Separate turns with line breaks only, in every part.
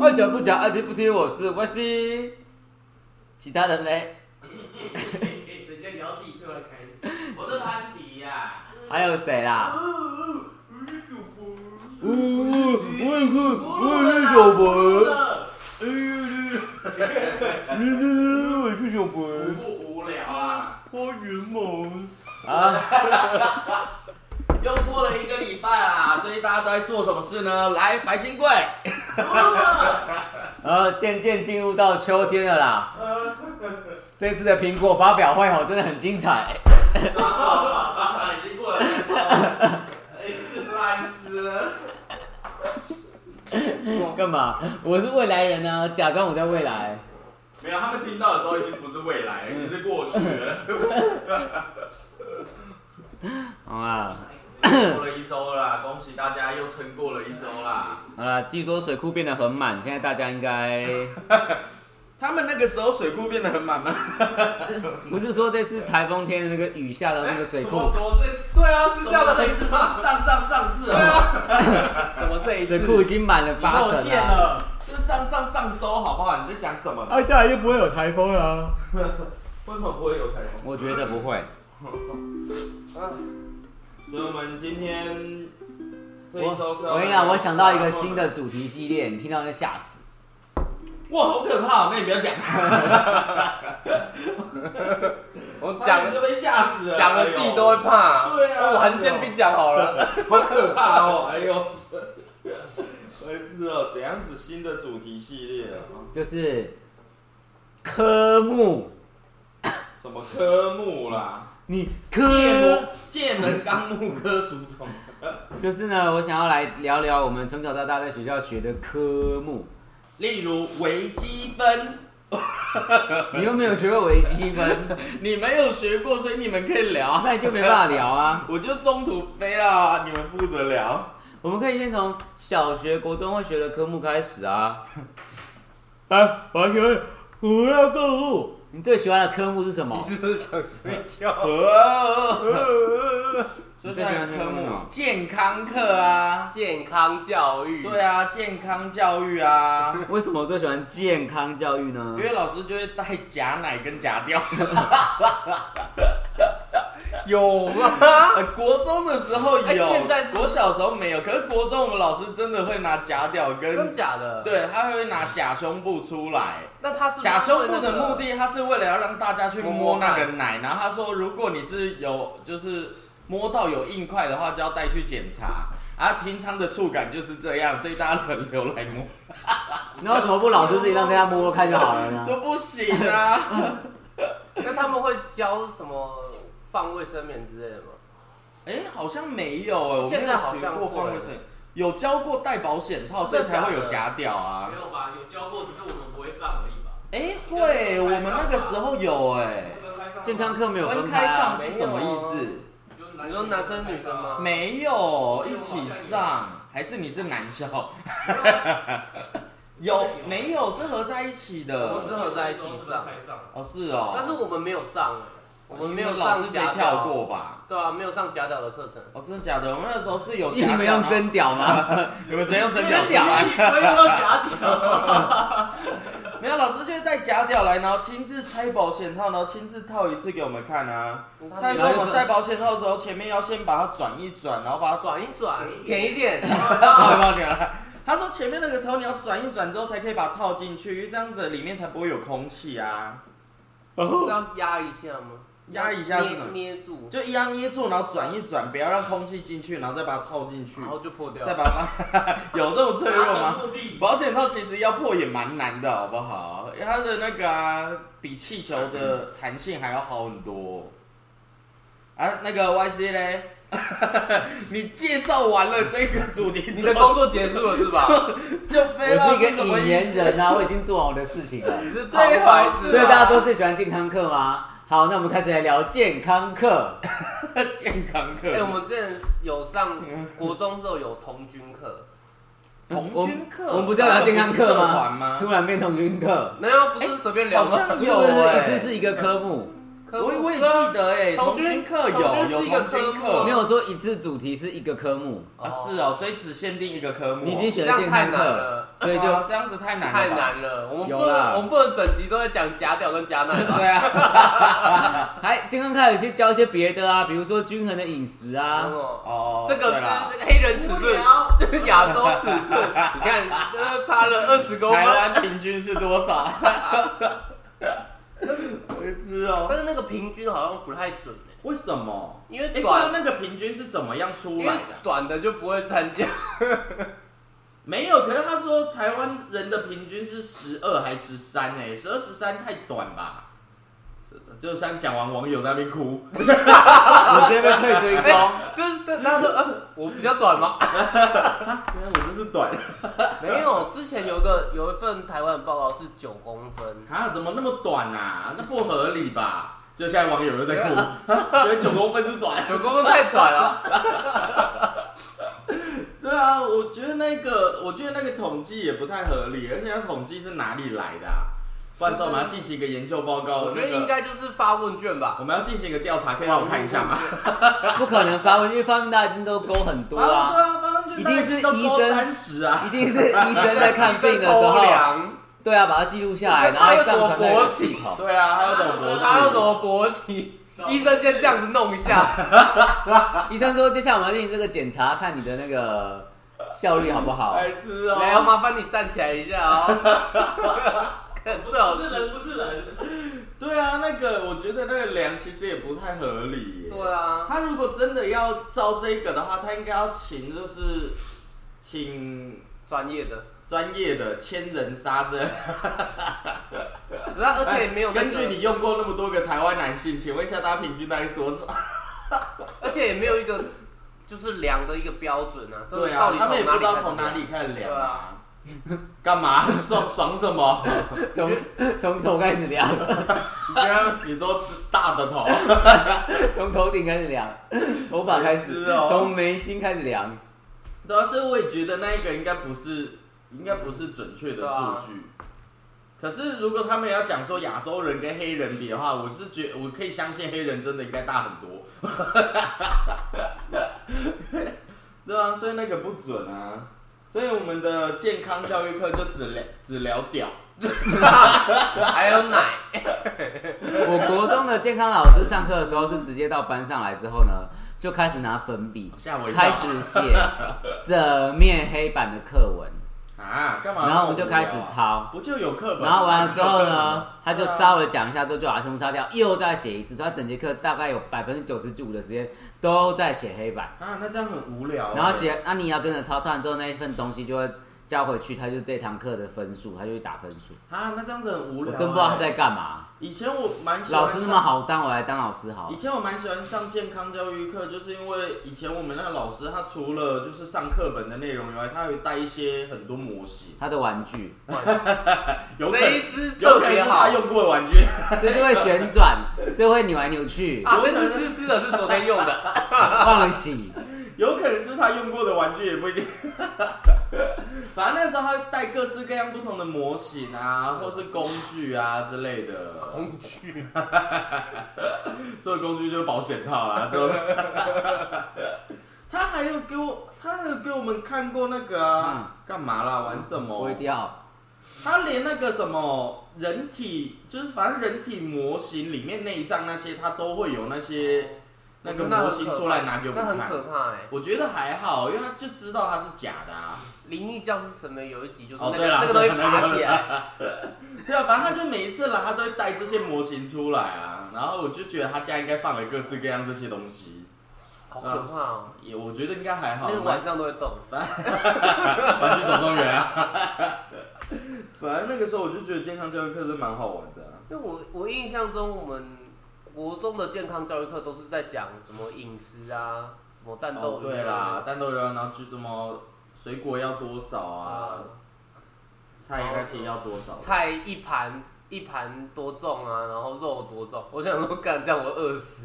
会讲不讲，爱听不听，我是 YC。其他人嘞，
人家聊自己对外开始，我是潘迪呀、
还有谁啦？
我是主播，
我我也是，
了，
哎呀，我是小博。
不无聊啊，
花圆毛啊，
又过了一个礼拜啦，最近大家都在做什么事呢？来，白新贵，
呃，渐渐进入到秋天了啦。这次的苹果发表会哦，真的很精彩。
啊，已经过了，烂死了，
干嘛？我是未来人啊，假装我在未来。
没有，他们听到的时候已经不是未来，已经是过去了，
好啊，
过了一周啦，恭喜大家又撑过了一周啦，
好啦，据说水库变得很满，现在大家应该
他们那个时候水库变得很满吗？
不是说这次台风天的那个雨下的那个水库，
么这？对啊， 是这样的，
这一次是上上上次啊，
怎么这一
水库已经满了八成了。
了？
是上上上周好不好？你在讲什么？
啊，下来就不会有台风啊了、
为什么不会有台风？
我觉得不会。
所以我们今天这
我
一周是要
我跟你讲，我想到一个新的主题系列，你听到就吓死。
哇，好可怕！那你不 要讲，
我
讲
讲
了就被吓死了，
讲了
哎
自己 都会怕，
对啊
那我还是先别讲好了。
哎呦好可怕哦！哎呦， 儿子哦，怎样子新的主题系列啊？
就是科目，
什么科目啦？
你
界
科
门界门纲目科属种。
就是呢，我想要来聊聊我们从小到大在学校学的科目。
例如微积分，
你又没有学过微积分，
你没有学过，所以你们可以聊。
那你就没办法聊啊。
我就中途飞了，你们负责聊。
我们可以先从小学、国中会学的科目开始啊。 啊，我要学会股票购物。你最喜欢的科目是什么？
是不是想睡觉？
哦，
你
最喜
最喜欢
欢
的
科
科目是什
目
么？
健康课啊，
健康教育，
对啊，健康教育啊，
为什么我最喜欢健康教育呢
因？ 为老师就会带假奶跟假掉。
有吗？
呃 国中的时候
哎
有，
现在是
国小的时候没有，可是国中我们老师真的会拿假屌
真
跟，
假的？，
对，他会拿假胸部出来。
那他 是
假胸部的目
的，
的，他是为了要让大家去摸那个奶，然后他说，如果你是有就是摸到有硬块的话，就要带去检查。啊，平常的触感就是这样，所以大家轮流来摸，
那为什么不老师自己让大家摸摸看就好了呢？
就不行啊。
那他们会教什么放卫生棉之类的吗？
哎、好像没有哎、我没
现在
有
好
学
像
过
会
放卫生，有教过戴保险套，所以才会有假屌啊
没。有吧？有教过，只是我们不会上而已吧？
哎、会，我们那个时候有哎、
分开上
健康课没有
分
分开
开上
啊，
是什么意思？
你说男生女生
啊
吗
没有，一起上，还是你是男校？有没有是合在一起
我
的？
是合在一起上，
上。
哦，是哦。
但是我们没有上，哎我们没有
你老师
上
直接
假
跳
屌，
过吧？
对啊，没有上假屌的课程。
哦，真的假的？我们那时候是有
你
假
们用
屌，
真屌 吗？
然后你们直接用真
真
假
屌
来，
我用到假屌，
没有老师就会带假屌来，然后亲自拆保险套，然后亲自套一次给我们看啊。他还
他
说我们戴保险套的时候，前面要先把它转一转，然后把它转，哎
转一转，舔 一点，
抱歉抱歉了。他说前面那个头你要转一转之后才可以把它套进去，因为这样子里面才不会有空气啊。
是要压一下吗？
压一下是什么
捏捏住，
就一样捏住，然后转一转，不要让空气进去，然后再把它套进去
然。后就破 掉
再
了。
把它有这么脆弱吗？
目的
保险套其实要破也蛮难的，好不好？因为它的那个啊，比气球的弹性还要好很多。啊，那个 YC 嘞， 你介绍完了这个主题
你
之
的
后
工作结束了是吧？
就飞
我
到
是一个
什么
引
意
言
思？
人啊，我已经做好我的事情 了。
你是
最
旁
好
白
是
是吧
所以大家都最喜欢健康课吗？好，那我们开始来聊健康课。
健康课，
哎、我们之前有 上国中时候有童军课，
童军课，啊
我们不是要聊健康课
社团
吗？突然变童军课，
没有，不是随便
哎好
聊吗？
像
不是
有
不是
哎、
一次是一个科目。
科
我
目
我也
科
记得哎，
童
童
军
军课有
童军是
有
一个
童军
科目
没
课
有说一次主题是一个科目，
啊，是哦，所以只限定一个科目哦。
你已经选了
这样
健
太
康
难
课，
了，
所以就
啊这样子太难
太
了吧？
难了。我们
有
不能
啦
我们不能整集都在讲假屌跟假奶吧？
对 啊，
还哎健康课有些教一些别的啊，比如说均衡的饮食啊，
哦，
哦，
这个
对啦
是这个黑人尺
无
寸，
聊。
这是亚洲尺寸，你看，那差了二十公
台
分。
湾平均是多 少？我知哦，
但是那个平均好像不太准欸
为什么？
因为
欸
哎，不知道
短，
那个平均是怎么样出
因
来
为
的？
短的就不会参加。
没有，可是他说台湾人的平均是十二还十三哎，十二十三太短吧？是就像讲完网友在那边哭，
我直接被退追踪。
哎
啊
就是但他说，呃，我比较短吗？
原来我这是短
没有，之前有一个有一份台湾的报告是九公分，
啊，怎么那么短啊？那不合理吧？就现在网友又在 哭，原来九公分是短。
九公分太短了。
对啊，我觉得那个，我觉得那个统计也不太合理，而且它统计是哪里来的、啊？不然说我们要进行一个研究报告，
我觉得
那个
应，该就是发问卷吧。
我们要进行一个调查，可以让我看一下吗？
不可能发问，因为发问大家一定都勾很多
啊对
啊，
啊，反正
一定是医生
三十啊，
一定是医生在看病的时
偷
候，
量，
对啊，把它记录下来，然
他
后
有什
上
么
传到
勃
系
起？
统。
对啊，还有什么博士？
他有什么勃 起？医生先这样子弄一下，
医生说，接下来我们要进行这个检查，看你的那个效率好不好？
白痴
来，要
哦！
麻烦你站起来一下哦。 看
不
最好
是哦人，不是人，
对啊，那个我觉得那个量其实也不太合理耶。
对啊，
他如果真的要照这个的话，他应该要请就是请
专业的，
专业的千人沙针。
然后而且也没有那
哎根据你
个，
用过那么多个台湾男性，请问一下，大家平均大概是多少？
而且也没有一个就是量的一个标准啊。就是
对
到
啊，
底
他们也不知道
开始
从哪
量
里开始
对
量啊。
啊。
干嘛爽爽什么？
从从头开始量，
你觉得
你说大的头，
从头顶开始量，头发开始
白痴哦，
从眉心开始量。
对啊，所以我也觉得那一个应该不是，应该不是准确的
啊
数据。可是如果他们要讲说亚洲人跟黑人比的话，我是觉我可以相信黑人真的应该大很多。 对啊，所以那个不准啊。所以我们的健康教育课就只 聊只聊屌。
还有奶？
我国中的健康老师上课的时候是直接到班上来之后呢，就开始拿粉笔
吓我一跳
开始写整面黑板的课文，
啊，干嘛？
然后我们就开始
抄，
抄。
不就有课本吗？
然后完了之后
有课本
呢
吗，
他就
对啊
稍微讲一下之后就把它全部擦掉，又再写一次，所以他整节课大概有百分之九十五的时间都在写黑板，
啊，那这样很无聊欸。
然后写，啊那、你也要跟着抄，抄完之后那一份东西就会交回去，他就这堂课的分数，他就去打分数。
啊，那这样子很无
我
聊欸。
真不知道他在干嘛，
以前我蛮喜欢
老师那么
上，
好当，我来当老师好
以
了。
前我蛮喜欢上健康教育课，就是因为以前我们那个老师他除了就是上课本的内容以外，他还会带一些很多模型，
他的玩具，
有可
这
能
一只
有
特
可能
别
是
好
他用过的玩具，
这就会旋转，这会扭来扭去，
啊，这只湿湿的，是昨天用 的。
忘了洗。
有可能是他用过的玩具，也不一定。 反正那时候他会带各式各样不同的模型啊，或是工具啊之类的。
工具，
所有工具就是保险套啦，之后他还有给我，他还有给我们看过那个啊，干、嘛啦？玩什
嗯我
么
一？定要，
他连那个什么人体，就是反正人体模型里面内脏那些，他都会有那些那个模型出来拿给我
那
们
很
看。
哦可怕哎。
我觉得还好，因为他就知道它是假的啊。
灵异教室什么有一集就是
哦
那
对
个
啦
那个东西爬起来，
对啊，反正他就每一次来，他都会带这些模型出来啊。然后我就觉得他家应该放了各式各样这些东西，
好可怕哦。
也我觉得应该还嗯好。
那个晚上都会动。
玩具总动员啊。 反正那个时候我就觉得健康教育课是蛮好玩的啊、
因为我我印象中，我们国中的健康教育课都是在讲什么饮食啊，什么蛋
哦
豆，鱼
对啦
啊，，
蛋豆然后就什么水果要多少啊，
啊
菜那些要多少啊、
菜一盘一盘多重啊，然后肉多重，我想说干这样我饿死。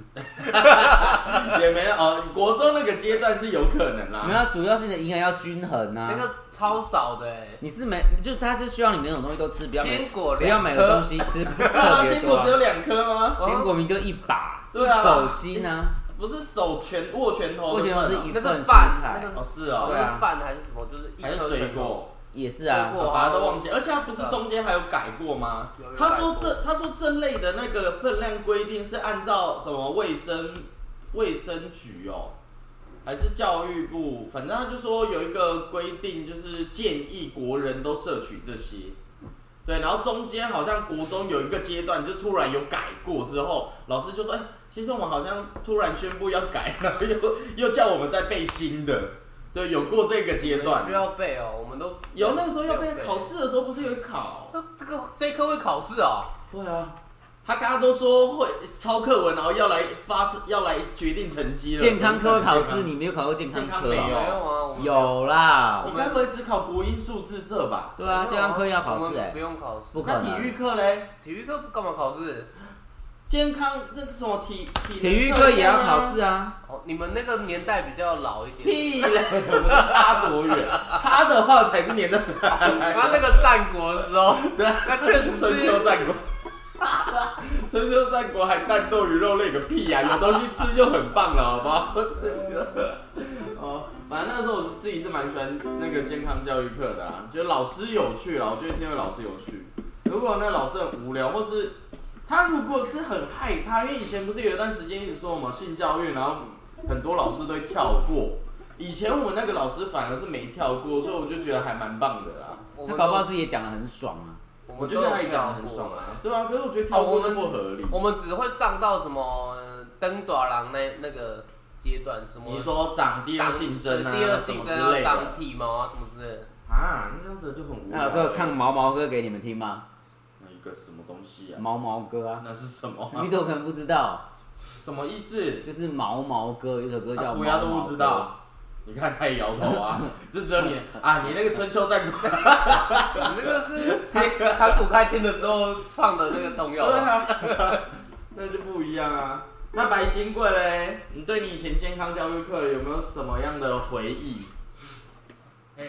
也没有哦，国中那个阶段是有可能
没
啦。
有，啊主要是你的营养要均衡
那
啊。
个超少的哎、
你是每就是他是希望你每种东西都吃，不要每
坚果
不要
两
每个东
颗，
西吃不
是吗？
特别
坚
多
果
啊。
只有两颗吗？
哦
坚果明就一把，
对啊
手心呢？
不是手拳握拳头
握
的
拳
份
头
哦，
是一
那
份
是
蔬
饭，
菜
那个，
哦是
那
对啊
哦，
个饭还是什么，就是一
还是
颗
水
拳头
果，
也是啊
水。果
我反而都忘记。而且他不是中间还有改过吗
有有？改过
他说这他说这类的那个分量规定是按照什么卫生卫生局哦，还是教育部？反正他就说有一个规定，就是建议国人都摄取这些。对，然后中间好像国中有一个阶段，就突然有改过之后，老师就说：“哎、其实我们好像突然宣布要改，然后又又叫我们再背新的。”对，有过这个阶段
需。要背哦，我们都
有那个时候要被
没有
考试的时候不是有考？
那这个这一科会考试哦，
对啊，他刚刚都说会抄课文，然后要来发要来决定成绩了。
健康科
怎么可
考
能
试你没有考过健康科
健康
没
啊？
有
啊，我们
有啦
你，该不会只考国英数自社吧？
对啊，
没有
健康科要考
我
欸
试
们
哎
不，用考试，
不可
那体育
能。
课嘞？
体育课干嘛考试？
健康这个什么体体
体育课也要考试
啊？
啊，
哦，你们那个年代比较老一点，
屁嘞！我们是差多远？他的话才是年代，
他那个战国的时候，
对啊
那确实
春
是
秋战国。 春秋战国还蛋豆鱼肉类个屁呀、有东西吃就很棒了，好不好？ 这个哦，反正那时候我是自己是蛮喜欢那个健康教育课的啊，觉得老师有趣啦，我觉得是因为老师有趣。如果那老师很无聊，或是他如果是很害怕，因为以前不是有一段时间一直说嘛性教育，然后很多老师都会跳过。以前我们那个老师反而是没跳过，所以我就觉得还蛮棒的啦。
我
他
们
搞不好
都，
自己也讲的很爽啊。
我
我
们
觉
都
得
有
他也讲的
跳
很
过
爽啊。对啊，可是我觉得跳过就不合理。
我们只会上到什么呃登短廊那那个阶段，什么
你说长第二性征啊，
第二
什么
性
之
征啊，
类的
长体毛啊什么之类的。
啊，那这样子就很无聊。
那老师有唱毛毛歌给你们听吗？
那一个什么东西啊？
毛毛歌啊，
那是什么啊、
你怎么可能不知道？
什么意思？
就是毛毛歌，有一首歌叫
啊
毛
涂
毛
鸦
歌。
都不知道。你看他也摇头 啊，这只有你啊，你那个春秋战国，
你那个是 他他古开天的时候唱的那个童谣
对
吧，
啊， 那就不一样啊。那白新贵嘞，你对你以前健康教育课有没有什么样的回忆？
哎，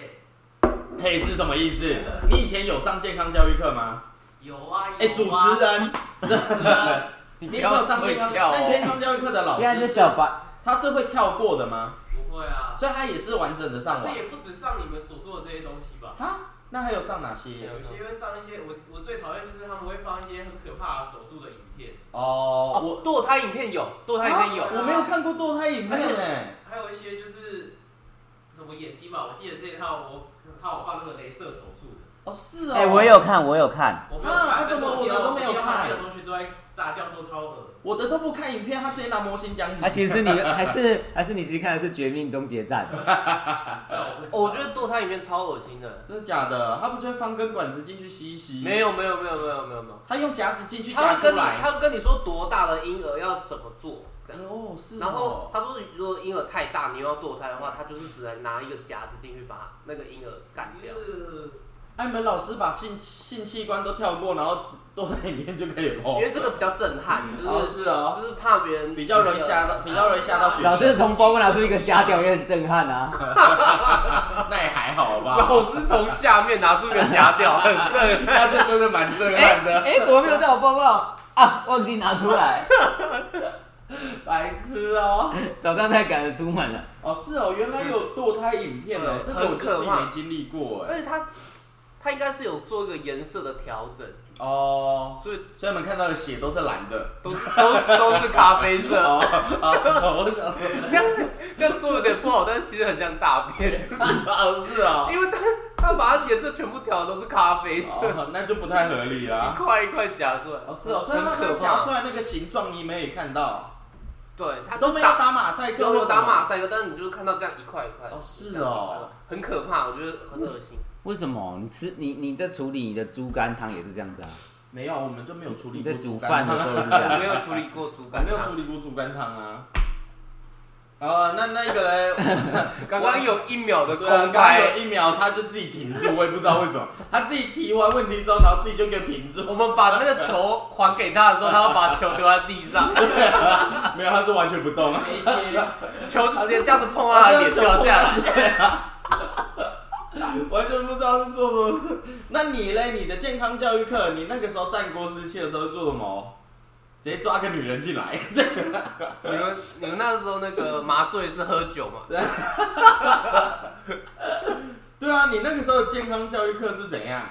嘿，是什么意思？你以前有上健康教育课吗？
有啊，
哎、主持人，
人，
啊 你不
你有
要
上健
睡
康
觉
那健
哦。
康教育课的老
现在
师
是
是，
小白，
他是会跳过的吗？
不会啊，
所以他也是完整的上
但
完
是也不止上你们所说的这些东西吧。
啊？那还有上哪些？
有些会上一些，我我最讨厌就是他们会放一些很可怕的手术的影片，
哦，
哦，堕胎影片有，堕胎影片有
啊，
我没有看过堕胎影片
而且
哎、
还有一些就是什么眼睛吧，我记得之前他有我他有放那个镭射手术的，
哦，是哦。
哎，我有看，我有看，
我没有
啊
看，
啊
但是
怎么我
听
的
到
都没有
我听到
看
旁边的同学都在大叫说超恶
我的都不看影片，他直接拿模型讲解。
啊，其实 你们还是还是你去看的是《绝命终结战》，
哦我觉得堕胎影片超恶心的。
真的假的？他不就会放根管子进去吸一吸？
没，有没有没有没有没有没有，
他用夹子进去
他
夹嗯
会
出
跟你
来。
他会跟你说多大的婴儿要怎么做，这
哎
样
呦，是哦。
然后他说，如果婴儿太大，你又要堕胎的话，他就是只能拿一个夹子进去把那个婴儿干
哦
掉。
心。
艾门啊老师把性性器官都跳过，然后堕胎影片就可以
因
哦。
为这个比较震撼，就
哦，
是
是哦，
就是怕别人
比较容易吓到，比较容易吓到学生。
老师从包包拿出一个假屌也很震撼 啊。
那也还好吧，
老师从下面拿出一个夹掉，很震撼。
那就真的蛮震撼的，
哎，怎么没有在我包包啊？忘记拿出来，
哎
白痴哦。
早上才赶着出门了。
哦，是哦，原来有堕胎影片哦，
对
这个我就自
很可
己
怕
没经历 过
而
哎。
且他他应该是有做一个颜色的调整，
哦，
所以
所以我们看到的血都是蓝的。
都都都是咖啡色。
哦，哦我想说
这样这样说有点不好，但是其实很像大便，
哦，是哦，
因为他他把它颜色全部调的都是咖啡色，
哦，那就不太合理
一
啦。
块一块夹出来。
啊哦，是哦，所以
很
他
可
他
怕
夹出来那个形状，你们也看到，
对他
都没有
打
打马赛克，
有有打。马赛克，但是你就是看到这样一块一块。
哦，是哦，，
很可怕，我觉得很恶心。
为什么？你吃你你在处理你的猪肝汤也是这样子啊？没
没有，我们就没有处理
你
过
在煮
猪肝
饭的
汤
时候也是这
我
样。
没有处理过竹
我
竿，
没有处理过猪肝汤啊。啊，那那个 嘞，
刚刚有一秒的
对啊，刚刚
空白，
有一秒他就自己停住，我也不知道为什么，他自己提完问题之后，然后自己就给我停住
我，们把那个球还给他的时候，他要把球丢在地上，
没有，他是完全不动啊。
没接，
球直接这样子碰到他的脸掉下来。
完全不知道是做什么。 那你嘞？你的健康教育课，你那个时候战国时期的时候做什么？直接抓个女人进来， 这
你们你们那时候那个麻醉是喝酒嘛？
啊对啊，你那个时候的健康教育课是怎样？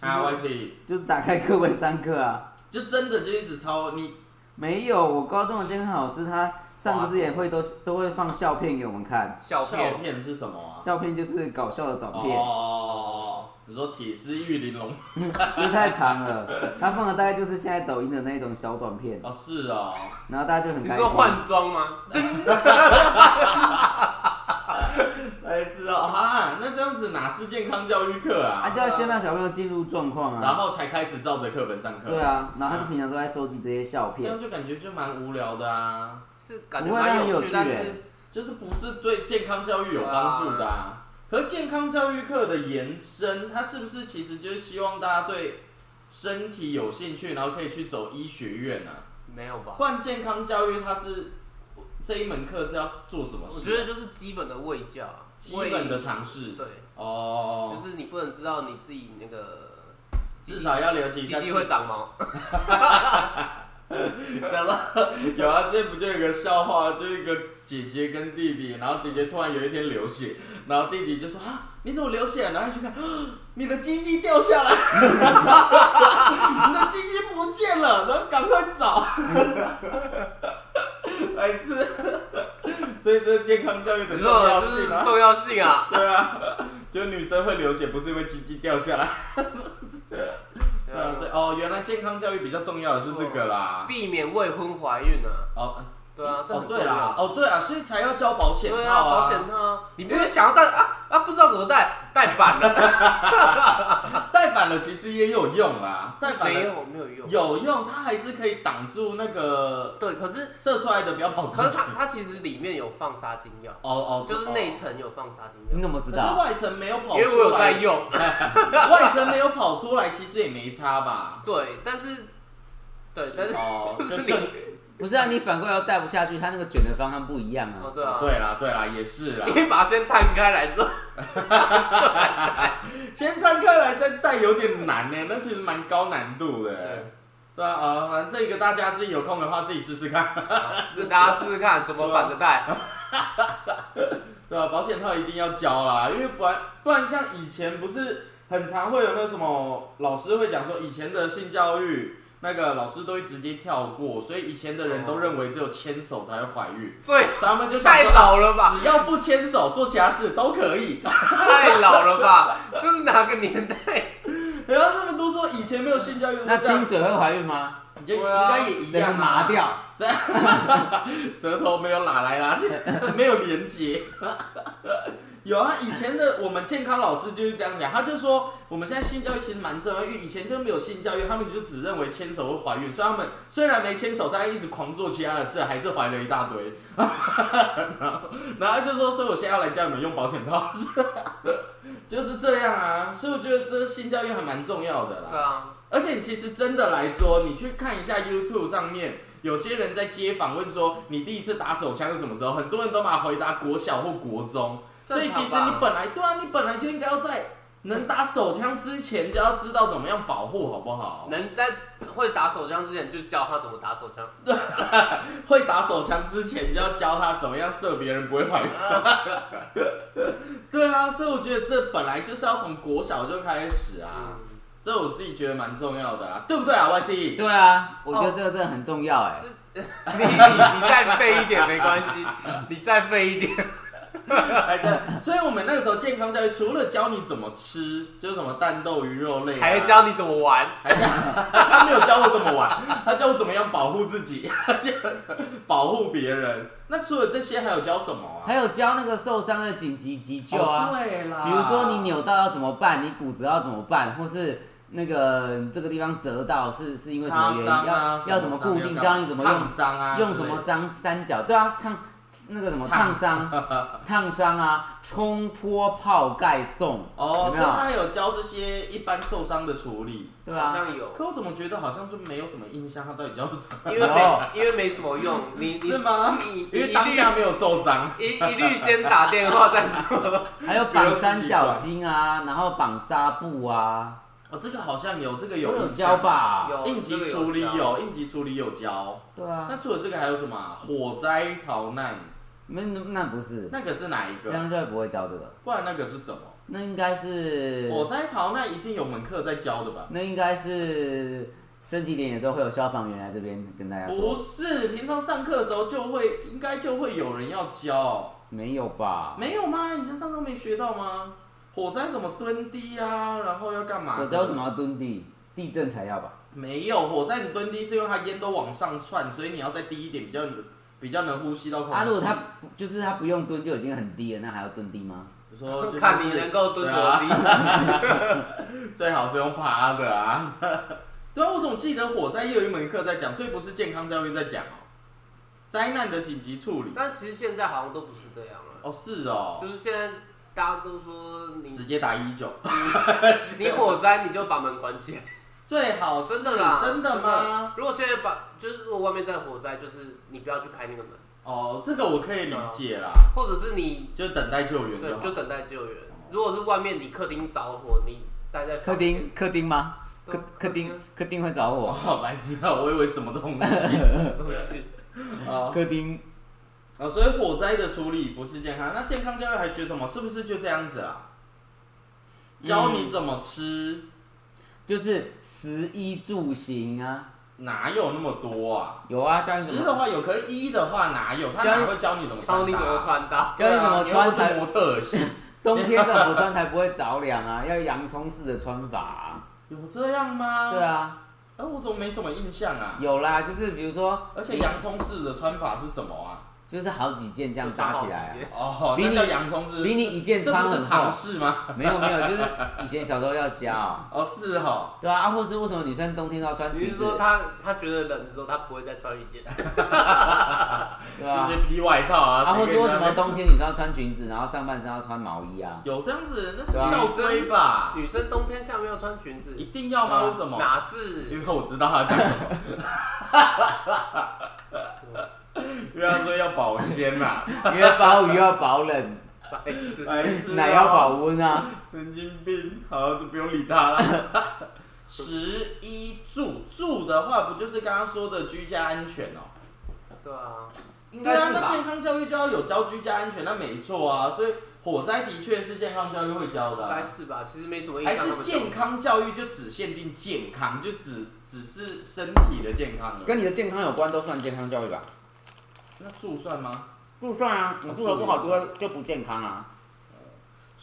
啊，Y C，
就是打开课本上课啊。
就真的就一直抄你
没有，我高中的监考老师他上课之前会都都会放笑片给我们看，
笑片，
片是什么啊？
笑片就是搞笑的短片，
哦，你说铁丝玉玲 珑？
因为太长了，他放的大概就是现在抖音的那种小短片，
哦，是哦，
然后大家就很
你
开
说
心。
换装吗？
哎，知道啊？那这样子哪是健康教育课
啊，
啊？
就要先让小朋友进入状况
然
啊。
后才开始照着课本上课。
对，啊，然后他就平常都在收集这些笑
这
片
样，就感觉就蛮无聊的啊。
是感觉
不会
蛮
很有
趣，
趣
但
欸
是
就是不是对健康教育有帮助的啊。可是健康教育课的延伸，它是不是其实就是希望大家对身体有兴趣，然后可以去走医学院啊？
没有吧？
不然健康教育它是这一门课是要做什么
我
事？啊
觉得就是基本的卫教啊，
基本的常识
喂对，就
哦，
是你不能知道你自己那个
至少要了解
鸡
一下
鸡会
自。
长毛，
想到 有啊，这不就有一个笑话，就一个姐姐跟弟弟，然后姐姐突然有一天流血，然后弟弟就说啊，你怎么流血、然后一去看， 啊你的鸡鸡掉下来，你的鸡鸡不见了，然后赶快找。 哎，这，所以这是健康教育的
你
重
说
要
这是
性啊，
重要性啊，
对啊，就女生会流血，不是因为鸡鸡掉下来，
对
对
啊
啊，所以哦，原来健康教育比较重要的是这个啦，
避免未婚怀孕啊，
哦。
对啊，这
哦
很，重
对啦，
要。
哦，对啊，所以才要交保险
对
套
啊，保
啊。
险套啊，你不是想要戴啊啊，不知道怎么戴，戴 反了，
戴反了其实也有用啦，戴反
没
了
有没有用，
有用，它还是可以挡住那个
对，可是
射出来的不要跑出
可是
去。
它它其实里面有放杀精药，
哦哦，
就是内
层，
层有放杀精
你
药，
怎么知
可是
道？
外层没有跑出
哦因
来，
为我有在用，
外层没有跑出来，其实也没差吧。
对，但是对，但是
哦，
就
就是更
你
不是啊，你反过来要带不下去，他那个卷的方向不一样
哦
啊。
对啊，
对啦，对啦，也是啦
因。为把它先摊开来之后，
先摊开来再戴有点难呢，那其实蛮高难度的
对。
对啊，呃，反正这个大家自己有空的话自己试试看。
就大家试试看怎么反着戴，
对啊，保险套一定要交啦，因为不然不然像以前不是很常会有那什么老师会讲说以前的性教育那个老师都会直接跳过，所以以前的人都认为只有牵手才会怀孕，
最
所以他们就想
太
说啊
老了吧，
只要不牵手做其他事都可以。
太老了吧，这是哪个年代？
然后他们都说以前没有性教育是
那
这样
亲，嘴会怀孕吗？
你就应该也一
整个
样
麻
啊，
掉，
舌头没有拉来拉去， 没有连接。 有啊，以前的我们健康老师就是这样讲，他就说我们现在性教育其实蛮重要，因为以前就没有性教育，他们就只认为牵手会怀孕，所以他们虽然没牵手，但一直狂做其他的事，还是怀了一大堆。 然后，然后他就说，所以我现在要来教你们用保险套， 就是这样啊。所以我觉得这性教育还蛮重要的啦。
对啊，
而且其实真的来说，你去看一下 YouTube 上面，有些人在街访问说你第一次打手枪是什么时候，很多人都把它回答国小或国中，所以其实
正常
你
吧
本来对啊，你本来就应该要在能打手枪之前就要知道怎么样保护，好不好？
能在会打手枪之前就教他怎么打手枪，
会打手枪之前就要教他怎么样射别人不会怀孕。对啊，所以我觉得这本来就是要从国小就开始啊，
嗯
这我自己觉得蛮重要的啊，对不对啊，YC？哦
对啊，我觉得这个真的很重要哎、
嗯 你你你再废一点没关系，你再废一点，
哎，对，所以我们那个时候健康教育除了教你怎么吃，就是什么蛋豆鱼肉类、啊，
还要教你怎么玩，
他没有教我怎么玩， 他教我怎么样保护自己， 就保护别人。那除了这些，还有教什么啊？
还有教那个受伤的紧急急救啊。
哦对啦，
比如说你扭到要怎么办，你骨折要怎么办，或是那个这个地方折到是是因为什么
擦
原因，
伤啊，
要要
什
怎么
伤
固定，
要干嘛
教你怎么
烫
用
伤啊，
用什么？三三角，对啊，烫那个什么烫 伤、烫伤啊，冲脱泡盖送，
哦，
有没
所
有
以他有教这些一般受伤的处理。
对啊
好
吧？
像有，
可我怎么觉得好像就没有什么印象，他到底教什么？
因为
有
没因为没什么用，你你
哦是吗？
你
因为当下没有受伤。
一律一一律先打电话再说。
还有绑三角巾啊，然后绑纱布啊，
哦，这个好像有，这个
都有
印
教
象？
吧？
有
哦应急处理，有，应急处理有教。
对啊
那，除了这个还有什么啊、火灾逃难，
没那不是，
那个是哪一个？
香教不会教这个，
不然那个是什么？
那应该是
火灾逃难一定有门课在教的吧？
那应该是升旗典礼的时候会有消防员来这边跟大家
不
说，
是，平常上课的时候就会，应该就会有人要教，
没有吧？
没有吗？你在上课没学到吗？火灾怎么蹲低啊，然后要干嘛？
我知道为什么要蹲地，地震才要吧？
没有火灾，你蹲低是因为它烟都往上窜，所以你要再低一点，比较比较能呼吸到空气。
啊，如果他不就是他不用蹲就已经很低了，那还要蹲地吗？
我说、就是、
看你能够蹲多低。
啊最好是用趴的啊。 对啊，我总记得火灾也有一门课在讲，所以不是健康教育在讲哦，灾难的紧急处理。
但其实现在好像都不是这样了，
哦，是哦
就，是现在大家都说你
直接打一九，
你火灾你就把门关起来。
最好是
真的啦，
真的吗？？
如果现在把就是如果外面在火灾，就是你不要去开那个门，
哦，这个我可以理解啦，
或者是你
就等待救援就
对
好。
就等待救援。如果是外面你客厅着火，你待在
客
房间
厅客厅吗？客客厅客厅会找我，
哦，白痴啊！我以为什么东西
东西，
哦
客厅
哦，所以火灾的处理不是健康，那健康教育还学什么？是不是就这样子啦？教
嗯
你怎么吃，
就是食衣住行啊，
哪有那么多啊？
有啊，教你怎
十
么
的话有，可是一的话哪有？他
教你
哪会教你怎么
教
穿
你
搭
怎么
啊？
穿搭。
教你怎么
对
穿
啊又不
才
是模特儿 系，
冬天的我穿才不会着凉啊，要洋葱式的穿法、啊。
有这样吗？
对。啊，
哎，我怎么没什么印象啊？
有啦，就是比如说，
而且洋葱式的穿法是什么啊？
就是好几件这样搭起来、啊
哦，
比
那
你
叫洋葱式，
比你一件
这
穿
不
很
是
厚
尝。试吗？
没有没有，就是以前小时候要 教，
哦，是哦。
对啊，啊或是为什么女生冬天都要穿
你
裙
是
子
说，他他觉得冷的时候，他不会再穿一件？
对
就
吧
直？接披外套啊，
啊，
谁
或是为什
跟你在那
么
边
冬天女生要穿裙子，然后上半身要穿毛衣啊？
有这样子？那是
对啊
校规吧？
女生冬天下面要穿裙子，
一定要吗？为什么？
啊
哪
因为
是？
我知道他 讲什么，因为他说要保鲜嘛，
因为保雨要保冷，
白痴
白痴啊
奶要保温啊。
神经病，好，就不用理他了。十一住住的话，不就是刚刚说的居家安全哦、
对啊，
应
对
该
啊，
是
那健
吧？
康教育就要有教居家安全，那没错啊。所以火灾的确是健康教育会教的
应
啊、
该是吧？其实没什么印
还
象。
是健康教育就只限定健康，就只只是身体的健康了。
跟你的健康有关都算健康教育吧？
那住算吗？
不算啊，你住的不好就会就不健康啊。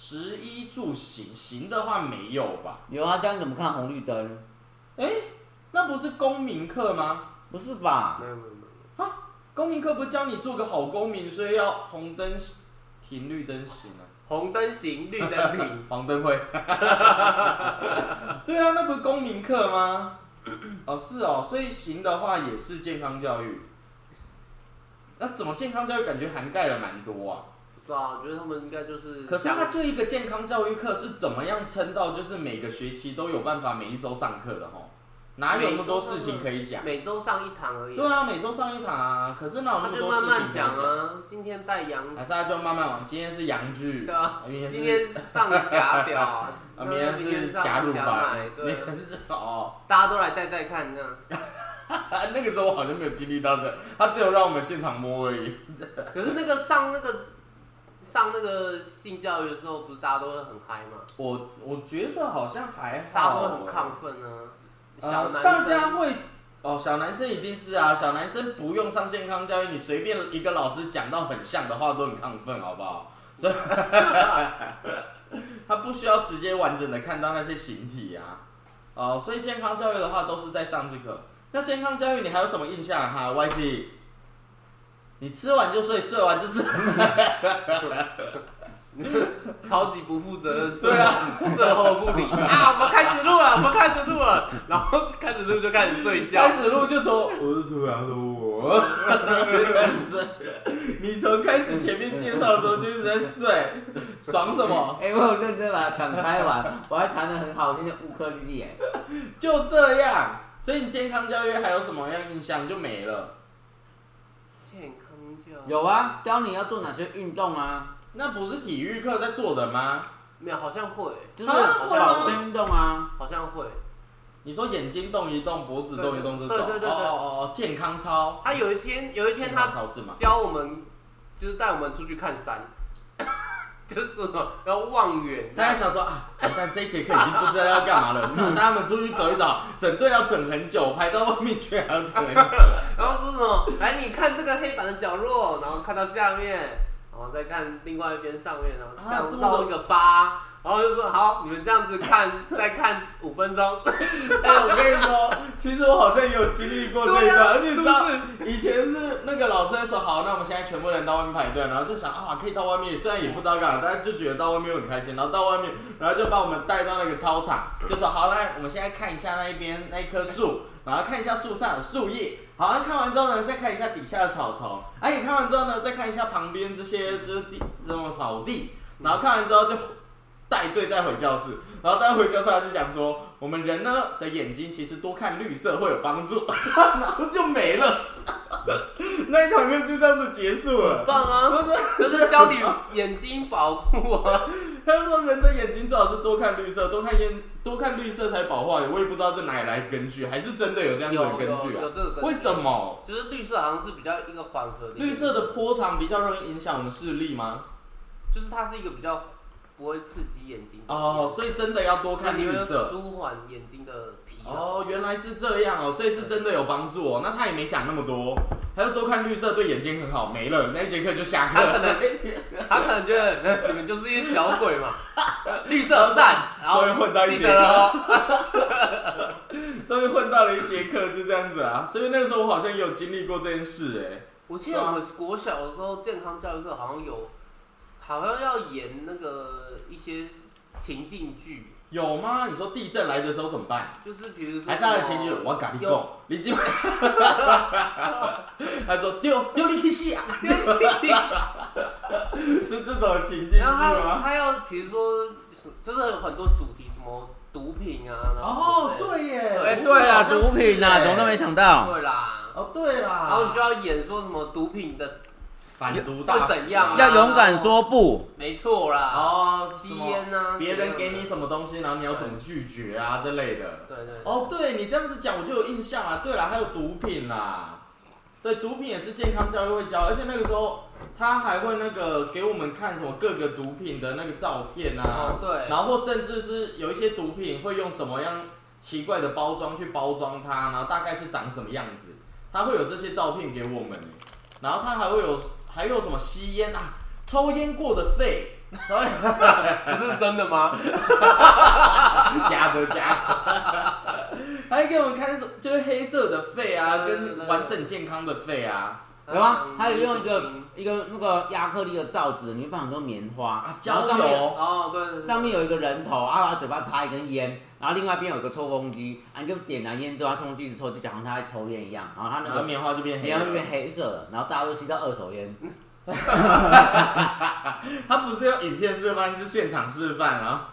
十一住行行的话没有吧？
有啊，教你怎么看红绿灯。
那不是公民课吗？
不是吧？
没有没有没有。
公民课不教你做个好公民，所以要红灯停绿灯行啊。
红灯行，绿灯停。
黄灯会。 对啊，那不是公民课吗？ 哦，是哦，所以行的话也是健康教育。那怎么健康教育感觉涵盖了蛮多啊？
不知道，我觉得他们应该就是。
可是它就一个健康教育课是怎么样撑到就是每个学期都有办法每一周上课的吼？哪有那么多事情可以讲？
每周上一堂而已。
对啊，每周上一堂啊，可是哪有那
他
么
就
多
慢
事情可
慢
以
讲
讲？
啊，今天带羊，
还是他就慢慢往，今天是洋剧，
对啊，
明天是，
今天上假屌啊
啊，明天是
上
假乳
假
房
奶，
明
对，啊
天是哦。
大家都来带带看这样。
啊，那个时候我好像没有经历到这，他只有让我们现场摸而已。
可是那个上那个上那个性教育的时候，不是大家都会很嗨吗？
我我觉得好像还好，
大家都会很亢奋啊，小
呃，
男
大
生
家会哦，小男生一定是啊，小男生不用上健康教育，你随便一个老师讲到很像的话都很亢奋，好不好？所以 他不需要直接完整的看到那些形体啊。哦，所以健康教育的话都是在上这个。那健康教育你还有什么印象啊哈？YC，你吃完就睡，睡完就吃。
超级不负责任，
对啊，
事后不理啊，我们开始录了，我们开始录了，然后开始录就开始睡觉
开，始录就从我是突然的我，你从开始前面介绍的时候就一直在睡，爽什么？
哎、我有认真把它弹开完， 我还弹得很好听的乌克丽丽、哎，
就这样。所以你健康教育还有什么样印象就没了？
健康教育
有啊，教你要做哪些运动啊，
那不是体育课在做的吗？
没有？好像会，
就是
啊会吗
保健运动啊，
好像会。
你说眼睛动一动，脖子动一动这种，
对对对对对
哦哦哦，健康操，
他有一天，有一天
健
他
康操是吗？
教我们，就是带我们出去看山， 就是什么要望远，
大家想说啊，但这一节课已经不知道要干嘛了，算了，带他们出去走一走，整队要整很久，排到外面去还要整很久。
然后说什么？来，你看这个黑板的角落，然后看到下面，然后再看另外一边上面，然后
啊
这
这么
样到
多
一个八，然后就说好，你们这样子看，再看五分钟。
哎、我跟你说，其实我好像也有经历过这一段，
对啊
而且你知道，以前是那个老师在说好，那我们现在全部人到外面排队，然后就想啊，可以到外面，虽然也不知道干嘛，但是就觉得到外面很开心。然后到外面，然后就把我们带到那个操场，就说好来，我们现在看一下那一边那一棵树，然后看一下树上的树叶。好，那看完之后呢，再看一下底下的草丛，哎、你看完之后呢，再看一下旁边这些就是地这种草地，然后看完之后就带队再回教室，然后带回教室他就讲说，我们人呢的眼睛其实多看绿色会有帮助，然后就没了， 那一堂课就这样子结束了。
棒
不
啊！
是，
就是教你眼睛保护 啊，
他说人的眼睛最好是多看绿色，多看眼多看绿色才保护好。我也不知道这哪里来根据，还是真的有这样子的
有
根
有
据啊
有？这个根据
为什么
就是绿色好像是比较一个缓和的，
绿色的波长比较容易影响我们视力吗？
就是它是一个比较不会刺激眼睛的
哦，，所以真的要多看
你
绿
会
色。
舒缓眼睛的疲劳。
哦，原来是这样哦，所以是真的有帮助
嗯
哦。那他也没讲那么多，他就多看绿色，对眼睛很好。没了，那一节课就下课
他可
了。
能他可能觉得呃你们就是一些小鬼嘛，绿色赞，然后
终于混到一
记
节
得了
课，
哦，
终于混到了一节课，就这样子啊。所以那个时候我好像有经历过这件事，欸
我记得我们国小的时候健康教育课好像有，好像要演那个一些情境剧
哎，，有吗？你说地震来的时候怎么办？
就是比如说
还是他的
什
情
么
绪，我跟你讲
啊有，
你 今，他说丢丢你去死啊， 是这种情境剧
然后他
吗？
他要比如说就是有很多主题什么毒品啊，然后
哦，对耶，
哎
对
啊，
啦，毒品啦，怎么都没想到，
对啊啦，
哦，对啦，
然后你就要演说什么毒品的，
反毒
大
大
使怎样啊
要勇敢说不。
没错啦，
哦，
吸烟啊，
别人给
怎
你
样
什么东西，然后你要怎么拒绝啊之类的。
的，对对对
哦，对你这样子讲，我就有印象啊啦。对了，还有毒品啦，对，毒品也是健康教育会教，而且那个时候他还会那个给我们看什么各个毒品的那个照片
哦
啊，
对，
然后或甚至是有一些毒品会用什么样奇怪的包装去包装它，然后大概是长什么样子，他会有这些照片给我们，然后他还会有还有什么吸烟啊，抽烟过的肺。 所以
不是真的吗？
假的假的，还给我们看就是黑色的肺啊，
对对对
跟完整健康的肺啊，
有啊，还有用一个一个那个亚克力的罩子，里面放很多棉花
啊，
然后
交
上面
友
哦，对对对，
上面有一个人头，啊，然后嘴巴插一根烟，然后另外一边有个抽风机，啊，你就点燃烟之后，他冲进去抽，就假装他在抽烟一样，然后他那
然后
个
棉花就变黑
棉花就
了
变。黑色了，然后大家都吸到二手烟，
他不是用影片示范，是现场示范啊。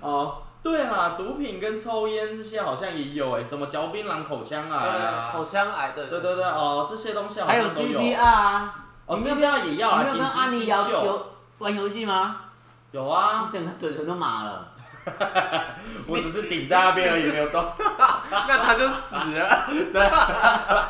哦，对啦，毒品跟抽烟这些好像也有哎、什么嚼槟榔、口腔癌
呃口
啊，
腔癌的，
对对对，哦，这些东西好
还有
像都
CPR
有。
啊，
哦
你没有
，CPR 也要啊，
你没有
紧
跟安
急
妮
急
聊
救
游玩游戏吗？
有啊，
你整个嘴唇都麻了，
我只是顶在那边而已，没有动。
那他就死了。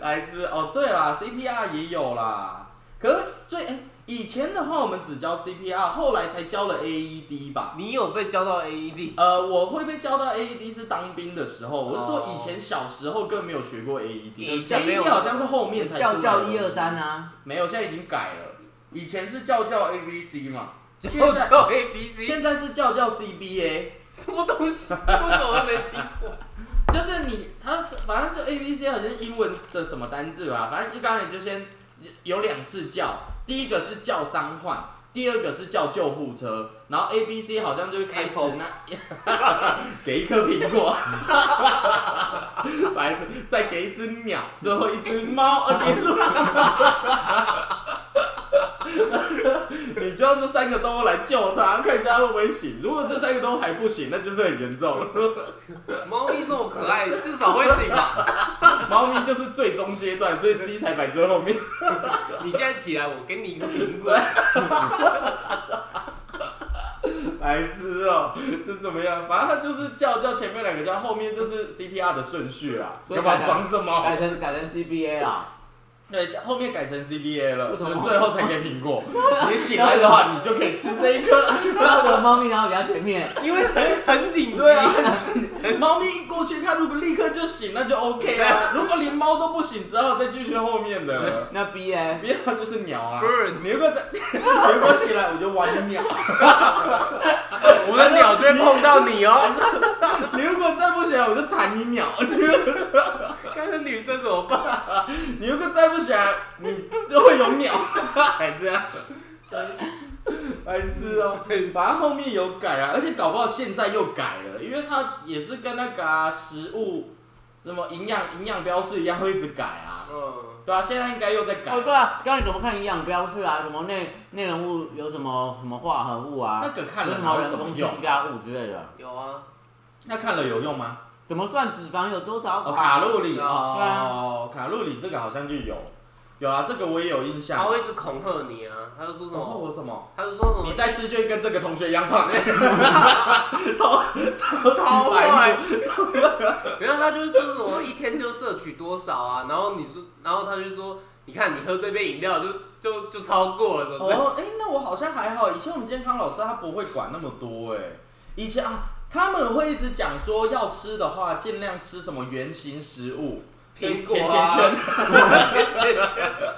来自哦，对啦，CPR 也有啦。可是最、哎以前的话，我们只教 CPR，后来才教了 AED 吧。
你有被教到 E AED？
呃，我会被教到 AED 是当兵的时候，我是说
哦
以前小时候更没有学过 E AED。
以前没有
AED 好像是后面才出来
叫
的
叫一二三，啊，
没有，现在已经改了。以前是叫叫 ABC 嘛，
就
现在
叫 ABC，
现在是叫叫 CBA，
什么东西？为什么没听过？
就是你它反正就 ABC 好像是英文的什么单字吧，反正一刚才就先有两次叫，第一个是叫伤患，第二个是叫救护车，然后 A、B、C 好像就开始
Apple
那给一颗苹果， 白痴，再给一只鸟，最后一只猫，呃，结束。 你就让这三个动物来救它，看一下它会不会醒。如果这三个动物还不醒，那就是很严重。
猫咪这么可爱，至少会醒吧？
猫咪就是最终阶段，所以 C 才摆最后面。
你现在起来，我给你一个苹果。
白痴哦、这是怎么样？反正他就是叫叫前面两个叫，后面就是 CPR 的顺序啦。
所以
干嘛
大家
爽什么？
改成改成 CBA 啦，
对，后面改成 CBA 了，
为什么
就最后才给苹果。你醒来的话，你就可以吃这一 颗。
那我猫咪然后比较前面，
因为很很紧急。
对啊，猫咪一过去，它如果立刻就醒，那就 OK 啊。如果连猫都不醒，只好再继续后面的了。
那 B 呢？
不要就是鸟啊
Bird
你如果在， 你如果醒来，我就玩你鸟。
我们的鸟就会碰到你哦。
你如果再不醒来，我就弹你鸟。
看这女生怎么办？
你如果再不起来，你就会有鸟，还这样，白痴哦、反正后面有改啊，而且搞不好现在又改了，因为它也是跟那个、啊、食物什么营养营养标示一样，会一直改啊。
嗯，
对啊，现在应该又在改。
哦对啊，刚才怎么看营养标示啊？什么内内容物有什么什么化合物啊？
那个看
有
了
什
哪
么
有
人
什
工
么用？
添加物之类的？
有啊，
那看了有用吗？
怎么算脂肪有多少
哦，卡路里
对啊
哦，卡路里这个好像就有，有啊，这个我也有印象。
他会一直恐吓你啊，他就说什
然后
么，
我什么？
他就说什
你
么，
再吃就会跟这个同学一样 胖，超超
超
级白
坏
目，
然后他就说什么一 天就摄取多少啊，然后你说，然后他就说，你看你喝这杯饮料就就就超过了，什么的。
哦，哎、那我好像还好。以前我们健康老师他不会管那么多、哎，以前啊，他们会一直讲说要吃的话，尽量吃什么圆形食物，
苹果
甜
啊
甜圈。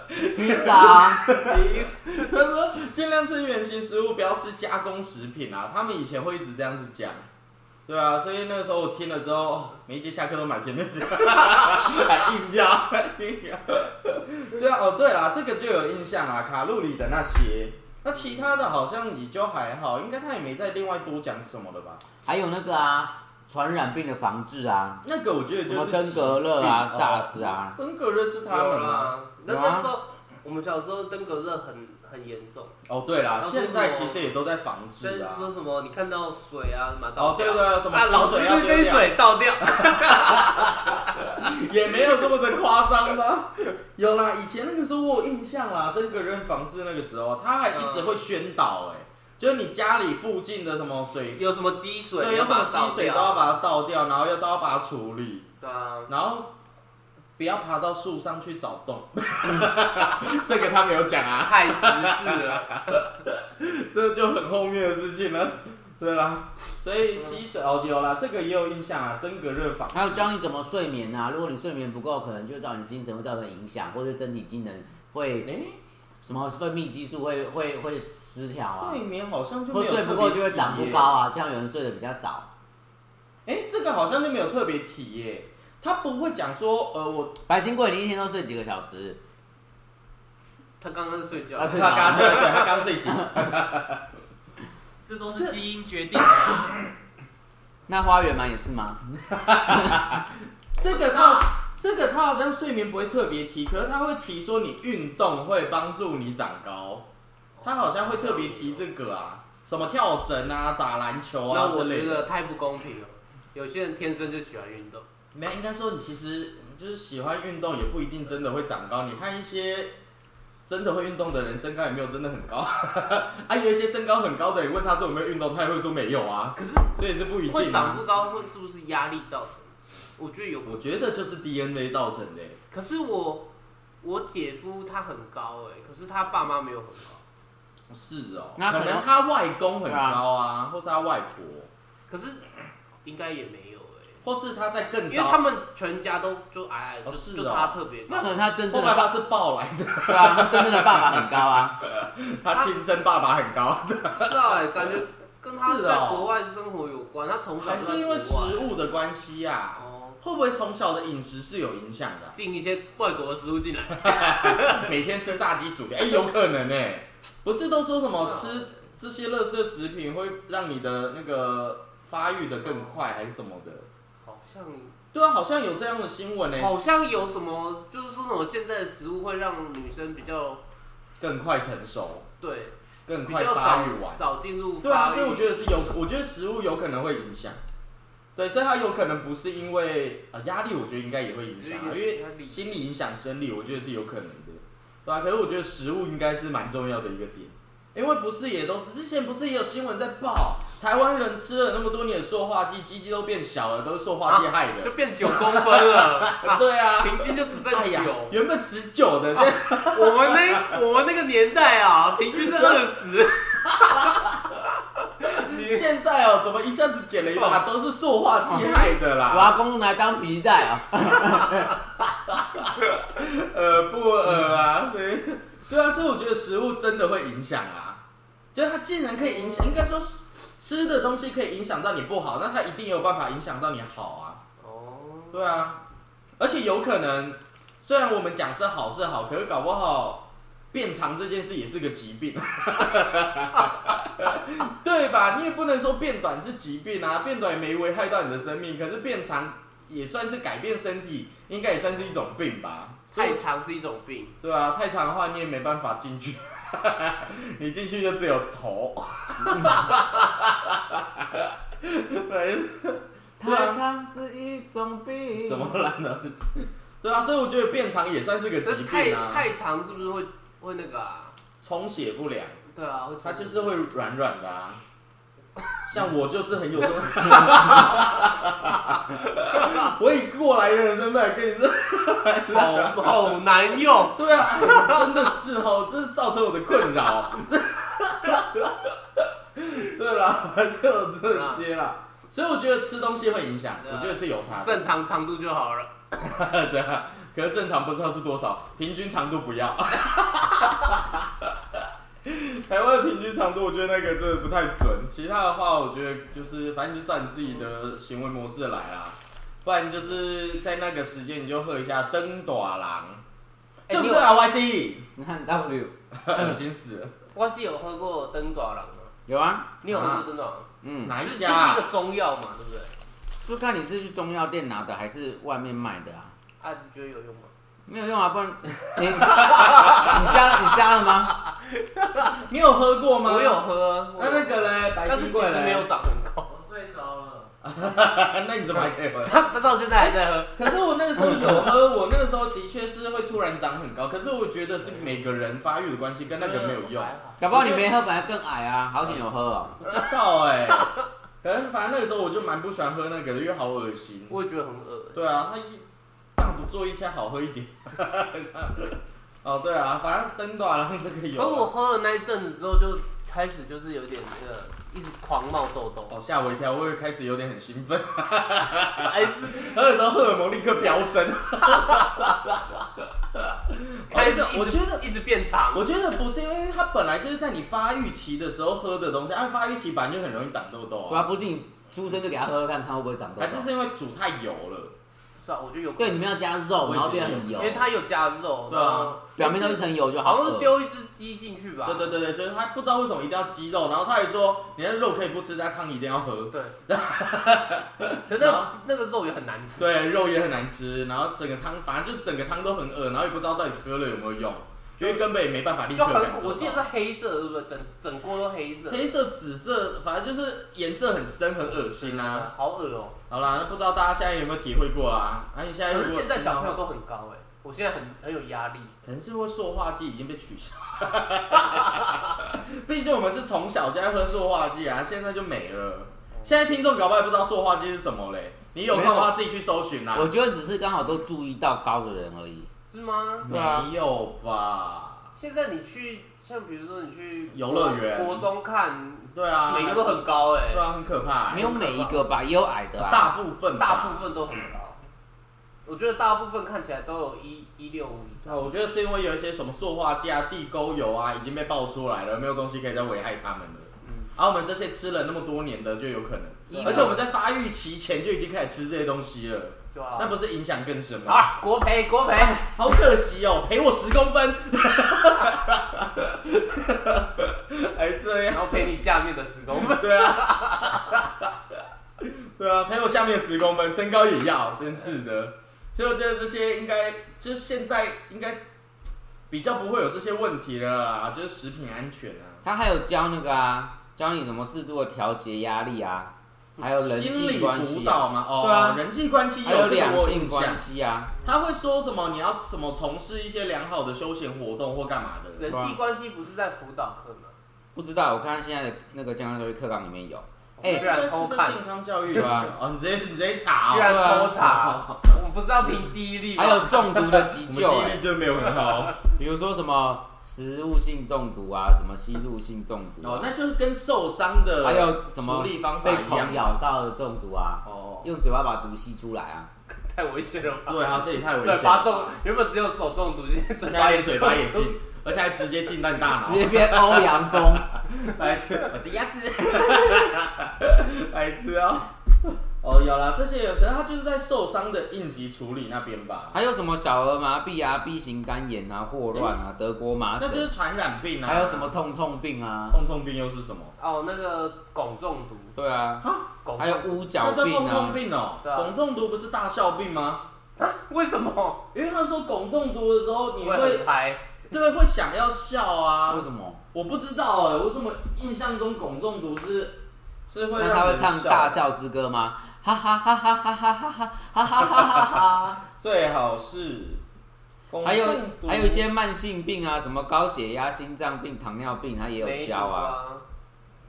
披萨啊？
他说尽量吃圆形食物，不要吃加工食品啊。他们以前会一直这样子讲。对啊，所以那个时候我听了之后，哦、每一节下课都买甜的， 还硬要，还硬要。对啊，哦对啦，这个就有印象啦，卡路里的那些。那其他的好像也就还好，应该他也没再另外多讲什么了吧？
还有那个啊，传染病的防治啊，
那个我觉得
什
就
么
是
登革热啊、
疾病哦
SARS 啊，
登革热是他
有
们啊。
啦，那
有啊
那时候我们小时候登革热很很严重，
哦，对啦，
然后
现在
什
其
么
实也都在防
所以
治啊。
说什么你看到水啊，马
哦
倒，
对
掉，
对对，什么
啊
清
老
水
师
要
这
丢
杯
掉，
水倒掉，
也没有这么的夸张啦。 有啦，以前那个时候我有印象啦，登革热防治那个时候，他还一直会宣导、欸，就是你家里附近的什么水，
有什么积水，
对，有什么积水都要
把它倒掉
把它倒掉，然后要都要把它处理，
对啊，
然后不要爬到树上去找洞。 这个他没有讲啊。
太实事了。
这就很后面的事情了，对啦。所以积水哦，有啦，这个也有影响啊，登革热防治。
还有教你怎么睡眠啊。如果你睡眠不够，可能就会造成精神会造成影响，或者身体机能会
诶
什么分泌激素会会会失调啊，
睡眠 好像就
或
没有
睡
特
不
别
够就会
提
长不
耶
高。啊。像有人睡得比较少，
哎，这个好像就没有特别提耶，他不会讲说呃我
白新贵你一天都睡几个小时？
他刚刚在睡觉
啊，睡
他刚
着。
对对，他刚睡醒，
这都是基因决定的啊。
那花园嘛也是吗？
这个他。这个他好像睡眠不会特别提，可是他会提说你运动会帮助你长高，他好像会特别提这个啊，什么跳绳啊、打篮球
那
啊
我
之类
觉
的。
得太不公平了。有些人天生就喜欢运动，
没有，应该说你其实就是喜欢运动，也不一定真的会长高。你看一些真的会运动的人，身高也没有真的很高。 啊，有一些身高很高的，你问他说有没有运动，他也会说没有啊。
可是
所以是不一
会
定、
长
啊。
不高，会是不是压力造成的？我觉得有。
我觉得就是 DNA 造成的欸、
可是我我姐夫他很高哎、可是他爸妈没有很高。
是哦、
那可
可
能
能他外公很高啊，或是他外婆，
可是应该也没有哎、
或是他在更
因为
早。
他们全家都就矮矮的，
哦
就是就
哦
他特别
那
高
可。能他真
后
正
来
的
他是抱来的，
对啊，他真正的爸爸很高 啊。
他亲生爸爸很高，
不知道哎、感觉跟他
是哦
在国外生活有关。他从小
还
就在
是因为
国外
食物的关系啊？
哦，
会不会从小的饮食是有影响的啊、
进一些外国的食物进来，
每天吃炸鸡薯条，哎、有可能哎、不是都说什
啊
么吃这些垃圾食品会让你的那个发育的更快还是什么的？
好像
对啊，好像有这样的新闻呢、哎
好像有什么，就是说什么现在的食物会让女生比较
更快成熟，
对
更
比
快
较
发
早
育完。
早进入
对啊，
发育
所以我觉得是有，我觉得食物有可能会影响。对，所以它有可能不是因为呃压力，我觉得应该也会影响啊，因为心理影响生理，我觉得是有可能的。对啊，可是我觉得食物应该是蛮重要的一个点，因为不是也都是之前不是也有新闻在报，台湾人吃了那么多年塑化剂，鸡鸡都变小了，都是塑化剂害的。
就变九公分了，
对 啊，
平均就只
哎
剩
呀
九，。
原本十九 的，现
啊
在
我们那 我们那个年代啊，平均是二 十。
现在哦，怎么一下子减了一半，都是塑化剂害的啦。
我阿公拿来当皮带啊。
呃不呃啊，所以 对啊，所以我觉得食物真的会影响啊，就是它竟然可以影响，应该说是吃的东西可以影响到你不好，那它一定有办法影响到你好啊，
哦，
对啊，而且有可能，虽然我们讲是好是好，可是搞不好变长这件事也是个疾病， 对吧？你也不能说变短是疾病啊，变短也没危害到你的生命，可是变长也算是改变身体，应该也算是一种病吧。所以
太长是一种病，
对啊，太长的话你也没办法进去， 你进去就只有头。对对啊
太长是一种病。
嗯
什么烂的？对啊，所以我觉得变长也算是个
这
疾
太
病啊，
呃太长是不是会会那个啊？
充血不良，
对啊，会
它就是会软软的啊。像我就是很 有这种，我以过来人的身份跟你说，
好好难用。
对啊，哎真的是哦，这是造成我的困扰。 对啦，就这些啦。所以我觉得吃东西会影响，
对啊
我觉得是有差的。
正常长度就好了，
对啊，可是正常不知道是多少，平均长度不要。台湾的平均长度，我觉得那个真的不太准。其他的话，我觉得就是反正就照你自己的行为模式来啦，不然就是在那个时间你就喝一下灯短郎，
哎
对不
你有
对啊？YC，
你看 W
嗯
恶心死了。
我是有喝过灯爪郎吗？
有啊，
你有喝过灯爪郎？
嗯，
哪
就
一
是
家、
就是
啊？
一个中药嘛，对不对？
就看你是去中药店拿的还是外面卖的啊。
啊，你觉得有用吗？
没有用啊， 不然你你加了你加了吗？
你有喝过吗？
我有。喝啊，
那那个嘞，白
但是
金
其
贵
实没有
嘞，
长很高，
我哦睡着了，
那你怎
嗯
么还可以喝？
他他到现在还在喝。
可是我那个时候有喝，我那个时候的确是会突然长很高，可是我觉得是每个人发育的关系，跟那个没有用。
还好
搞不好你没喝，本来更矮啊。好险有喝哦。
不知道哎、可能反正那个时候我就蛮不喜欢喝那个的，因为好恶心。
我也觉得很恶欸
对啊，他一大不做一天好喝一点。 哦，对啊，反正灯短郎这个
可我
有啊。
喝了那一阵子之后，就开始就是有点那个，一直狂冒痘 痘，
哦，吓我一跳，我也开始有点很兴奋，
还是
喝了之后荷尔蒙立刻飙升。
开始
哦我觉得
一直一直变长。
我觉得不是，因为它本来就是在你发育期的时候喝的东西，按发育期本来就很容易长痘痘
对啊，
啊。
不信你出生就给他喝喝看，看会不会长痘
还
痘。
是是因为煮太油了，
不知道，我觉得有可
对，
能
你们要加肉，
我也
然后
觉
变
得
很
有
油
因，为它有加肉，
对啊
然后
表面都一层油就好
好
了。
像是丢一只鸡进去吧？
对对对对，就是他不知道为什么一定要鸡肉，然后他还说你的肉可以不吃，但汤一定要喝。
对。可是那个那个肉也很难吃。
对，肉也很难吃，然后整个汤反正就整个汤都很恶，然后也不知道到底喝了有没有用，因为根本也没办法立
就
刻
很
感，受
我记得
到。
是黑色的，对不对？整整锅都黑色，
黑色、紫色，反正就是颜色很深，很恶心啊！
好恶哦、
好啦，那不知道大家现在有没有体会过啊？啊，你现在如
可
果
是现在小朋友
听到的话
都很高哎、我现在很很有压力。
可能是因为塑化剂已经被取消， 毕竟我们是从小就在喝塑化剂啊，现在就没了。现在听众搞不好也不知道塑化剂是什么嘞，你有空的话自己去搜寻啊啦、
我觉得只是刚好都注意到高的人而已。
是吗？
对啊
没有吧？
现在你去，像比如说你去
游乐园
国中看，
对啊，
每个都很高哎、
对啊，很可怕、
没有每一个吧，也有矮的啊。
大部分吧
大部分都很高。我觉得大部分看起来都有一一六五以
啊，
上。
我觉得是因为有一些什么塑化剂啊、地沟油啊，已经被爆出来了，没有东西可以再危害他们了。
嗯
而、我们这些吃了那么多年的，就有可
对
能，
啊
而且我们在发育期前就已经开始吃这些东西了，
对啊
那。不是影响更深吗？
啊，国培国培，
好可惜哦，赔我十公分。这样。
然后陪你下面的 十公分。
对啊， 对啊，陪我下面十公分，身高也要，真是的。所以我觉得这些应该，就是现在应该比较不会有这些问题了啦，就是食品安全啊，
他还有教那个啊，教你什么适度的调节压力啊，还有人
心
际
理
关
辅
系、
导嘛，哦，
对啊
人际关系
还有
这个
两
我有
性
印象
关。系啊，
他会说什么？你要怎么从事一些良好的休闲活动或干嘛的？
人际关系不是在辅导课吗？
不知道，我看现在的那个健康教育课纲里面有，哎、
居然偷
是啊
看，
健康教育
对啊
哦，你直接你直接查
居
哦，
然偷查，我们不是要凭记忆力吗？
还有中毒的急
我们记
救、
忆
哎
力就没有很好。
比如说什么食物性中毒啊，什么吸入性中毒、啊，
哦，那就是跟受伤的
还有什么
处理方法
被
一
虫
样。
咬到的中毒啊，
哦，
用嘴巴把毒吸出来啊，
太危险了吧？
对啊，这也太危险
嘴巴中
了。，
原本只有手中毒，现在嘴
现
巴
在
也
连嘴巴也进，而且还直接进到你大
直
脑。
接变欧阳锋。
来吃，我是鸭子，来吃哦。哦，有啦，这些有，可是他就是在受伤的应急处理那边吧？
还有什么小儿麻痹啊、B 型肝炎啊、霍乱啊、德国麻
那就是
疹，
传染病啊。
还有什么痛痛病啊？
痛痛病又是什么？
哦，那个汞中毒，
对啊，
汞
还有乌角
那叫
病
痛痛
啊。
病哦。
对啊
汞中毒不是大笑病吗？
啊为什么
因为他说汞中毒的时候，你
你
会
会拍？
对会想要笑啊
为。什么？
我不知道哎、我怎么印象中汞中毒是是会
那
让
他会
人
唱《
笑
大笑之歌》吗？哈哈哈哈哈哈哈哈哈哈哈哈！
最好是汞中毒
还有还有一些慢性病啊，什么高血压、心脏病、糖尿病，他也有
梅毒
教啊。
啊，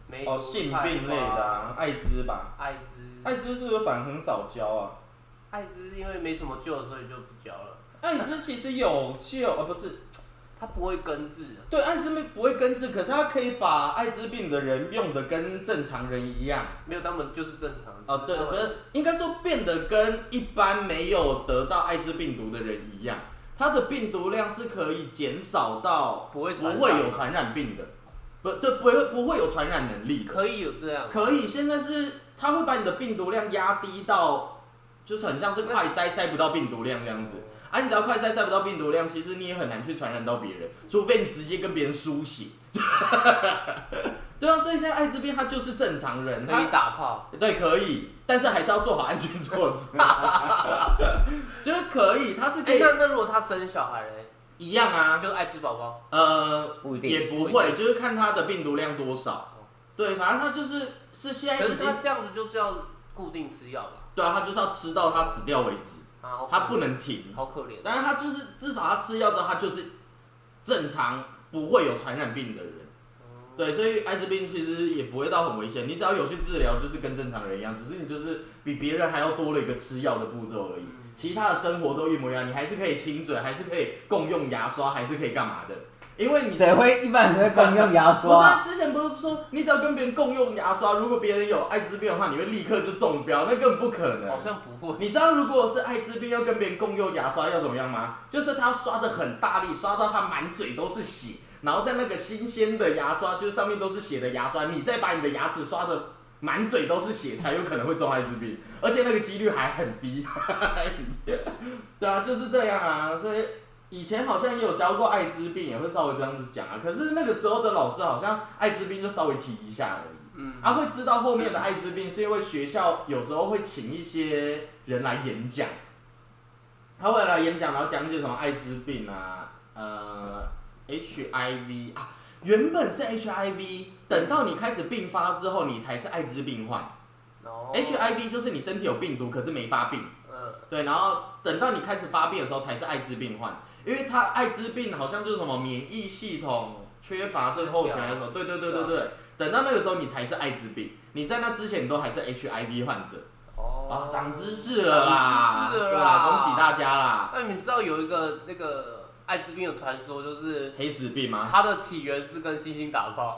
梅毒
哦性病类的、啊，艾滋吧，
艾滋，
艾滋是不是反而很少教啊？
艾滋因为没什么救，所以就不教了。
艾滋其实有救，呃、不是
它不会根治，啊
对艾滋病不会根治，可是它可以把艾滋病的人用的跟正常人一样。
没有他们就是正常。
哦，对，
他们
可是应该说变得跟一般没有得到艾滋病毒的人一样，它的病毒量是可以减少到
不会
不
传染
会有传染病的，不对，不会不会有传染能力的。
可以有这样，
可以，现在是它会把你的病毒量压低到，就是很像是快筛筛不到病毒量这样子。啊，你只要快筛筛不到病毒量，其实你也很难去传染到别人，除非你直接跟别人输血。 对啊，所以现在艾滋病它就是正常人，
可
它
以打炮，
对，可以，但是还是要做好安全措施。 就是可以，它是可
哎，
以、
那那如果他生小孩嘞，
一样啊，
就是艾滋宝宝，
呃，
不一定
也不会，就是看它的病毒量多少。对，反正它就是是现在
可
已
是
经
他，这样子就是要固定吃药吧？
对啊，它就是要吃到它死掉为止，
啊，好可
它不能停。
好可怜，
但是它就是至少它吃药之后，它就是正常不会有传染病的人。对，所以艾滋病其实也不会到很危险，你只要有去治疗，就是跟正常人一样，只是你就是比别人还要多了一个吃药的步骤而已。其他的生活都一模一样，你还是可以亲嘴，还是可以共用牙刷，还是可以干嘛的？因为你
谁会一般人会共用牙
不是
刷？
啊之前不是说你只要跟别人共用牙刷，如果别人有艾滋病的话，你会立刻就中标，那根本不可能。
好像不会。
你知道如果是艾滋病要跟别人共用牙刷要怎么样吗？就是他刷的很大力，刷到他满嘴都是血，然后在那个新鲜的牙刷，就是上面都是血的牙刷，你再把你的牙齿刷的满嘴都是血，才有可能会中艾滋病，而且那个几率还很低。 对啊，就是这样啊，所以。以前好像也有教过艾滋病，也会稍微这样子讲啊。可是那个时候的老师好像艾滋病就稍微提一下而已。
嗯，
啊，会知道后面的艾滋病，是因为学校有时候会请一些人来演讲，他会来演讲，然后讲解什么艾滋病啊，呃，HIV 啊，原本是 HIV，等到你开始病发之后，你才是艾滋病患。
然后
HIV 就是你身体有病毒，可是没发病。
哦嗯，
对，然后等到你开始发病的时候才是艾滋病患，因为他艾滋病好像就是什么免疫系统缺乏症候群还是什么，对对对对
啊
对，等到那个时候你才是艾滋病，你在那之前你都还是 HIV 患者
哦
啊，长知识了啦，
长知识了
对
啦
啦，恭喜大家啦，
啊那你知道有一个那个艾滋病的传说，就是
黑死病吗？
它的起源是跟猩猩打炮，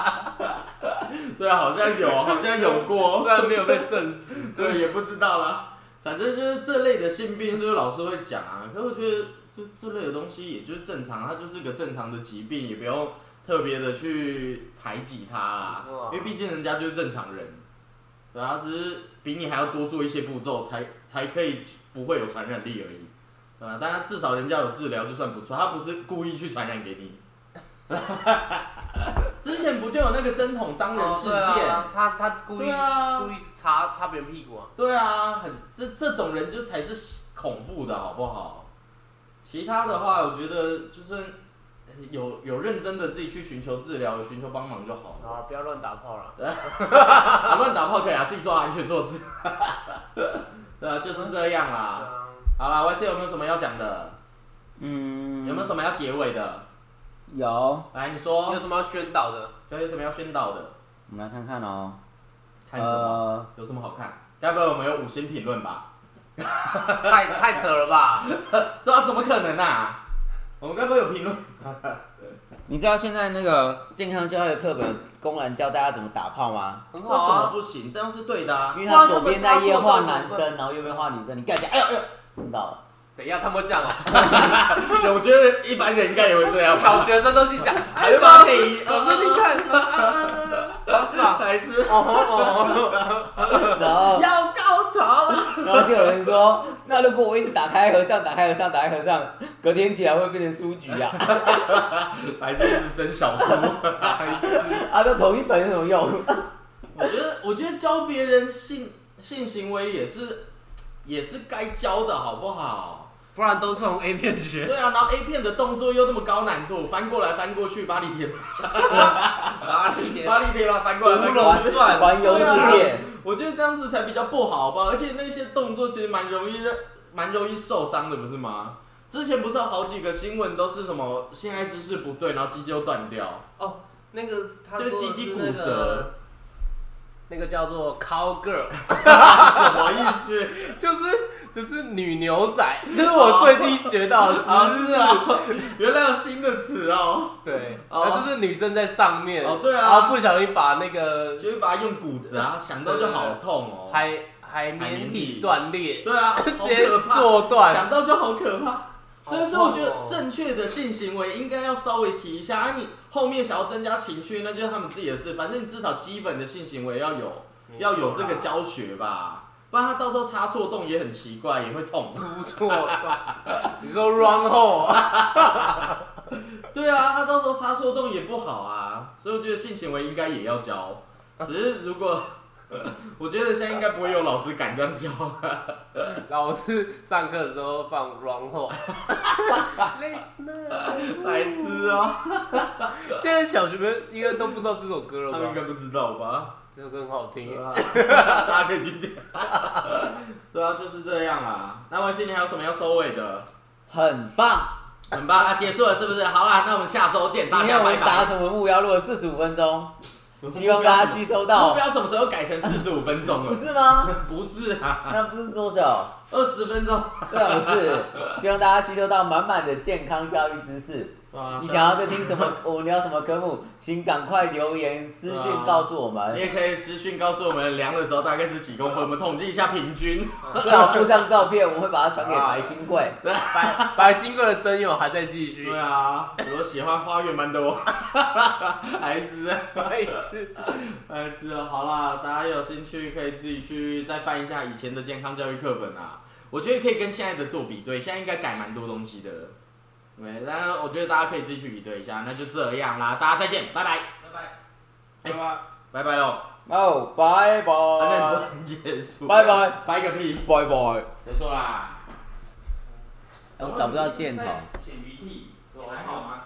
对啊，好像 有，好像有过，
虽然没有被证实。
对，也不知道啦。反正就是这类的性病，就是老师会讲啊。可是我觉得这这类的东西，也就是正常，它就是个正常的疾病，也不用特别的去排挤它啦
哇。
因为毕竟人家就是正常人，对啊，只是比你还要多做一些步骤，才才可以不会有传染力而已，对吧、啊？但他至少人家有治疗，就算不错，他不是故意去传染给你。 之前不就有那个针筒伤人
哦
事
对
件？
啊，他他故意
对啊
故意擦擦别人屁股啊，
对啊，很这这种人就才是恐怖的好不好？其他的话，我觉得就是呃有有认真的自己去寻求治疗，寻求帮忙就好了。
啊，不要乱打炮了。
啊，乱打炮可以啊，自己做好安全措施。 对啊，就是这样
对
啦。
啊
好啦 y C 有没有什么要讲的？
嗯，
有没有什么要结尾的？
有？我
来，你说
你有，什么要宣导的？
有什么要宣导的？
们来看看哦。
看什么？
呃
有什么好看？该不会我们有五星评论吧？
太太扯了吧！
对啊，怎么可能啊？我们该不会有评论？
你知道现在那个健康教育课本公然教大家怎么打炮吗？
很
为
好
什么
啊，
不行？这样是对的啊
因！为他左边在夜画男生，然后右边画女生，你干起来，哎呦哎呦，听到了。
等一下他们会这样哦，
我觉得一般人应该也会这样
小学生都是这样。
还是把配音，
老师你看，老师啊，
孩子
哦哦
然后
要高潮了。
然后就有人说，那如果我一直打开和尚，打开和尚，打开和尚，隔天起来会变成书局啊，
孩子一直生小猪。
啊，都同一本有什么用？
我觉得，我觉得教别人性性行为也是也是该教的，好不好？
不然都是从 A 片学。
对啊，然后 A 片的动作又那么高难度，翻过来翻过去， 巴黎铁
哪里
巴黎铁塔翻过来翻过
乌
去
龙。传
环游世界，
我觉得这样子才比较不好吧，而且那些动作其实蛮容易让蛮容易受伤的，不是吗？之前不是有好几个新闻都是什么性爱姿势不对，然后鸡鸡又断掉，
哦，那个是他
就是鸡鸡骨折，，
那个叫做 cow girl，
什么意思？
就是就是女牛仔，这是我最近学到的
啊
姿
是
势。
啊， 原来有新的词哦，
对，
哦
那就是女生在上面，
哦对啊
然后不小心把那个
就会把它用骨折啊，想到就好痛哦。
海海绵体断裂，
对啊，
直
好
接
可怕，
做断。
想到就好可怕。
好
对，所以我觉
痛
得
哦
正确的性行为应该要稍微提一下啊。你后面想要增加情趣，那就是他们自己的事。反正至少基本的性行为要有，
嗯
要有这个教学吧，不然他到时候插错洞也很奇怪，也会痛。
不错，你说 run hole，
对啊，他到时候插错洞也不好啊。所以我觉得性行为应该也要教，只是如果 我觉得现在应该不会有老师敢这样教。
老师上课的时候放 run hole，累死了。
白痴啊，
现在小学们应该都不知道这首歌
他
了
们应该
吧？
不知道吧？
这首歌很好听
对，啊 大家可以去点。对啊，就是这样啦。那万幸，你还有什么要收尾的？
很棒。
很棒，那结束了是不是？好啦，那我们下周见，大
今天
家
我
拜
们达
拜。
成我们目标，录了四十五分钟，
我们
希望大家
目
吸收
标
到，
目标什么时候改成四十五分钟
不
了？
是吗？
不是啊，
那不是多少？
二十分钟。
对啊，不是，希望大家吸收到满满的健康教育知识。
哇
你想要再听什么？我们聊什么科目？请赶快留言私
对啊
讯告诉我
你
们，
也可以私讯告诉我们量的时候大概是几公分，我们统计一下平均。
最好附上照片，我们会把它传给
啊
白新贵。
白白新贵的真友还在继续
对，啊，我喜欢花园般的我，孩子。啊
白痴
白痴哦，好啦，大家有兴趣可以自己去再翻一下以前的健康教育课本啊。我觉得可以跟现在的做比对，现在应该改蛮多东西的了。对，然后我觉得大家可以自己去比对一下。那就这样啦，大家再见，拜拜，
拜拜，拜
哎
拜。
拜拜喽。
哦，拜
啊，那你
拜，
不能结束。
拜拜，
拜个屁！
拜拜。
结束啦。
我找不到箭头。
擤鼻涕，还
还
好
好
吗？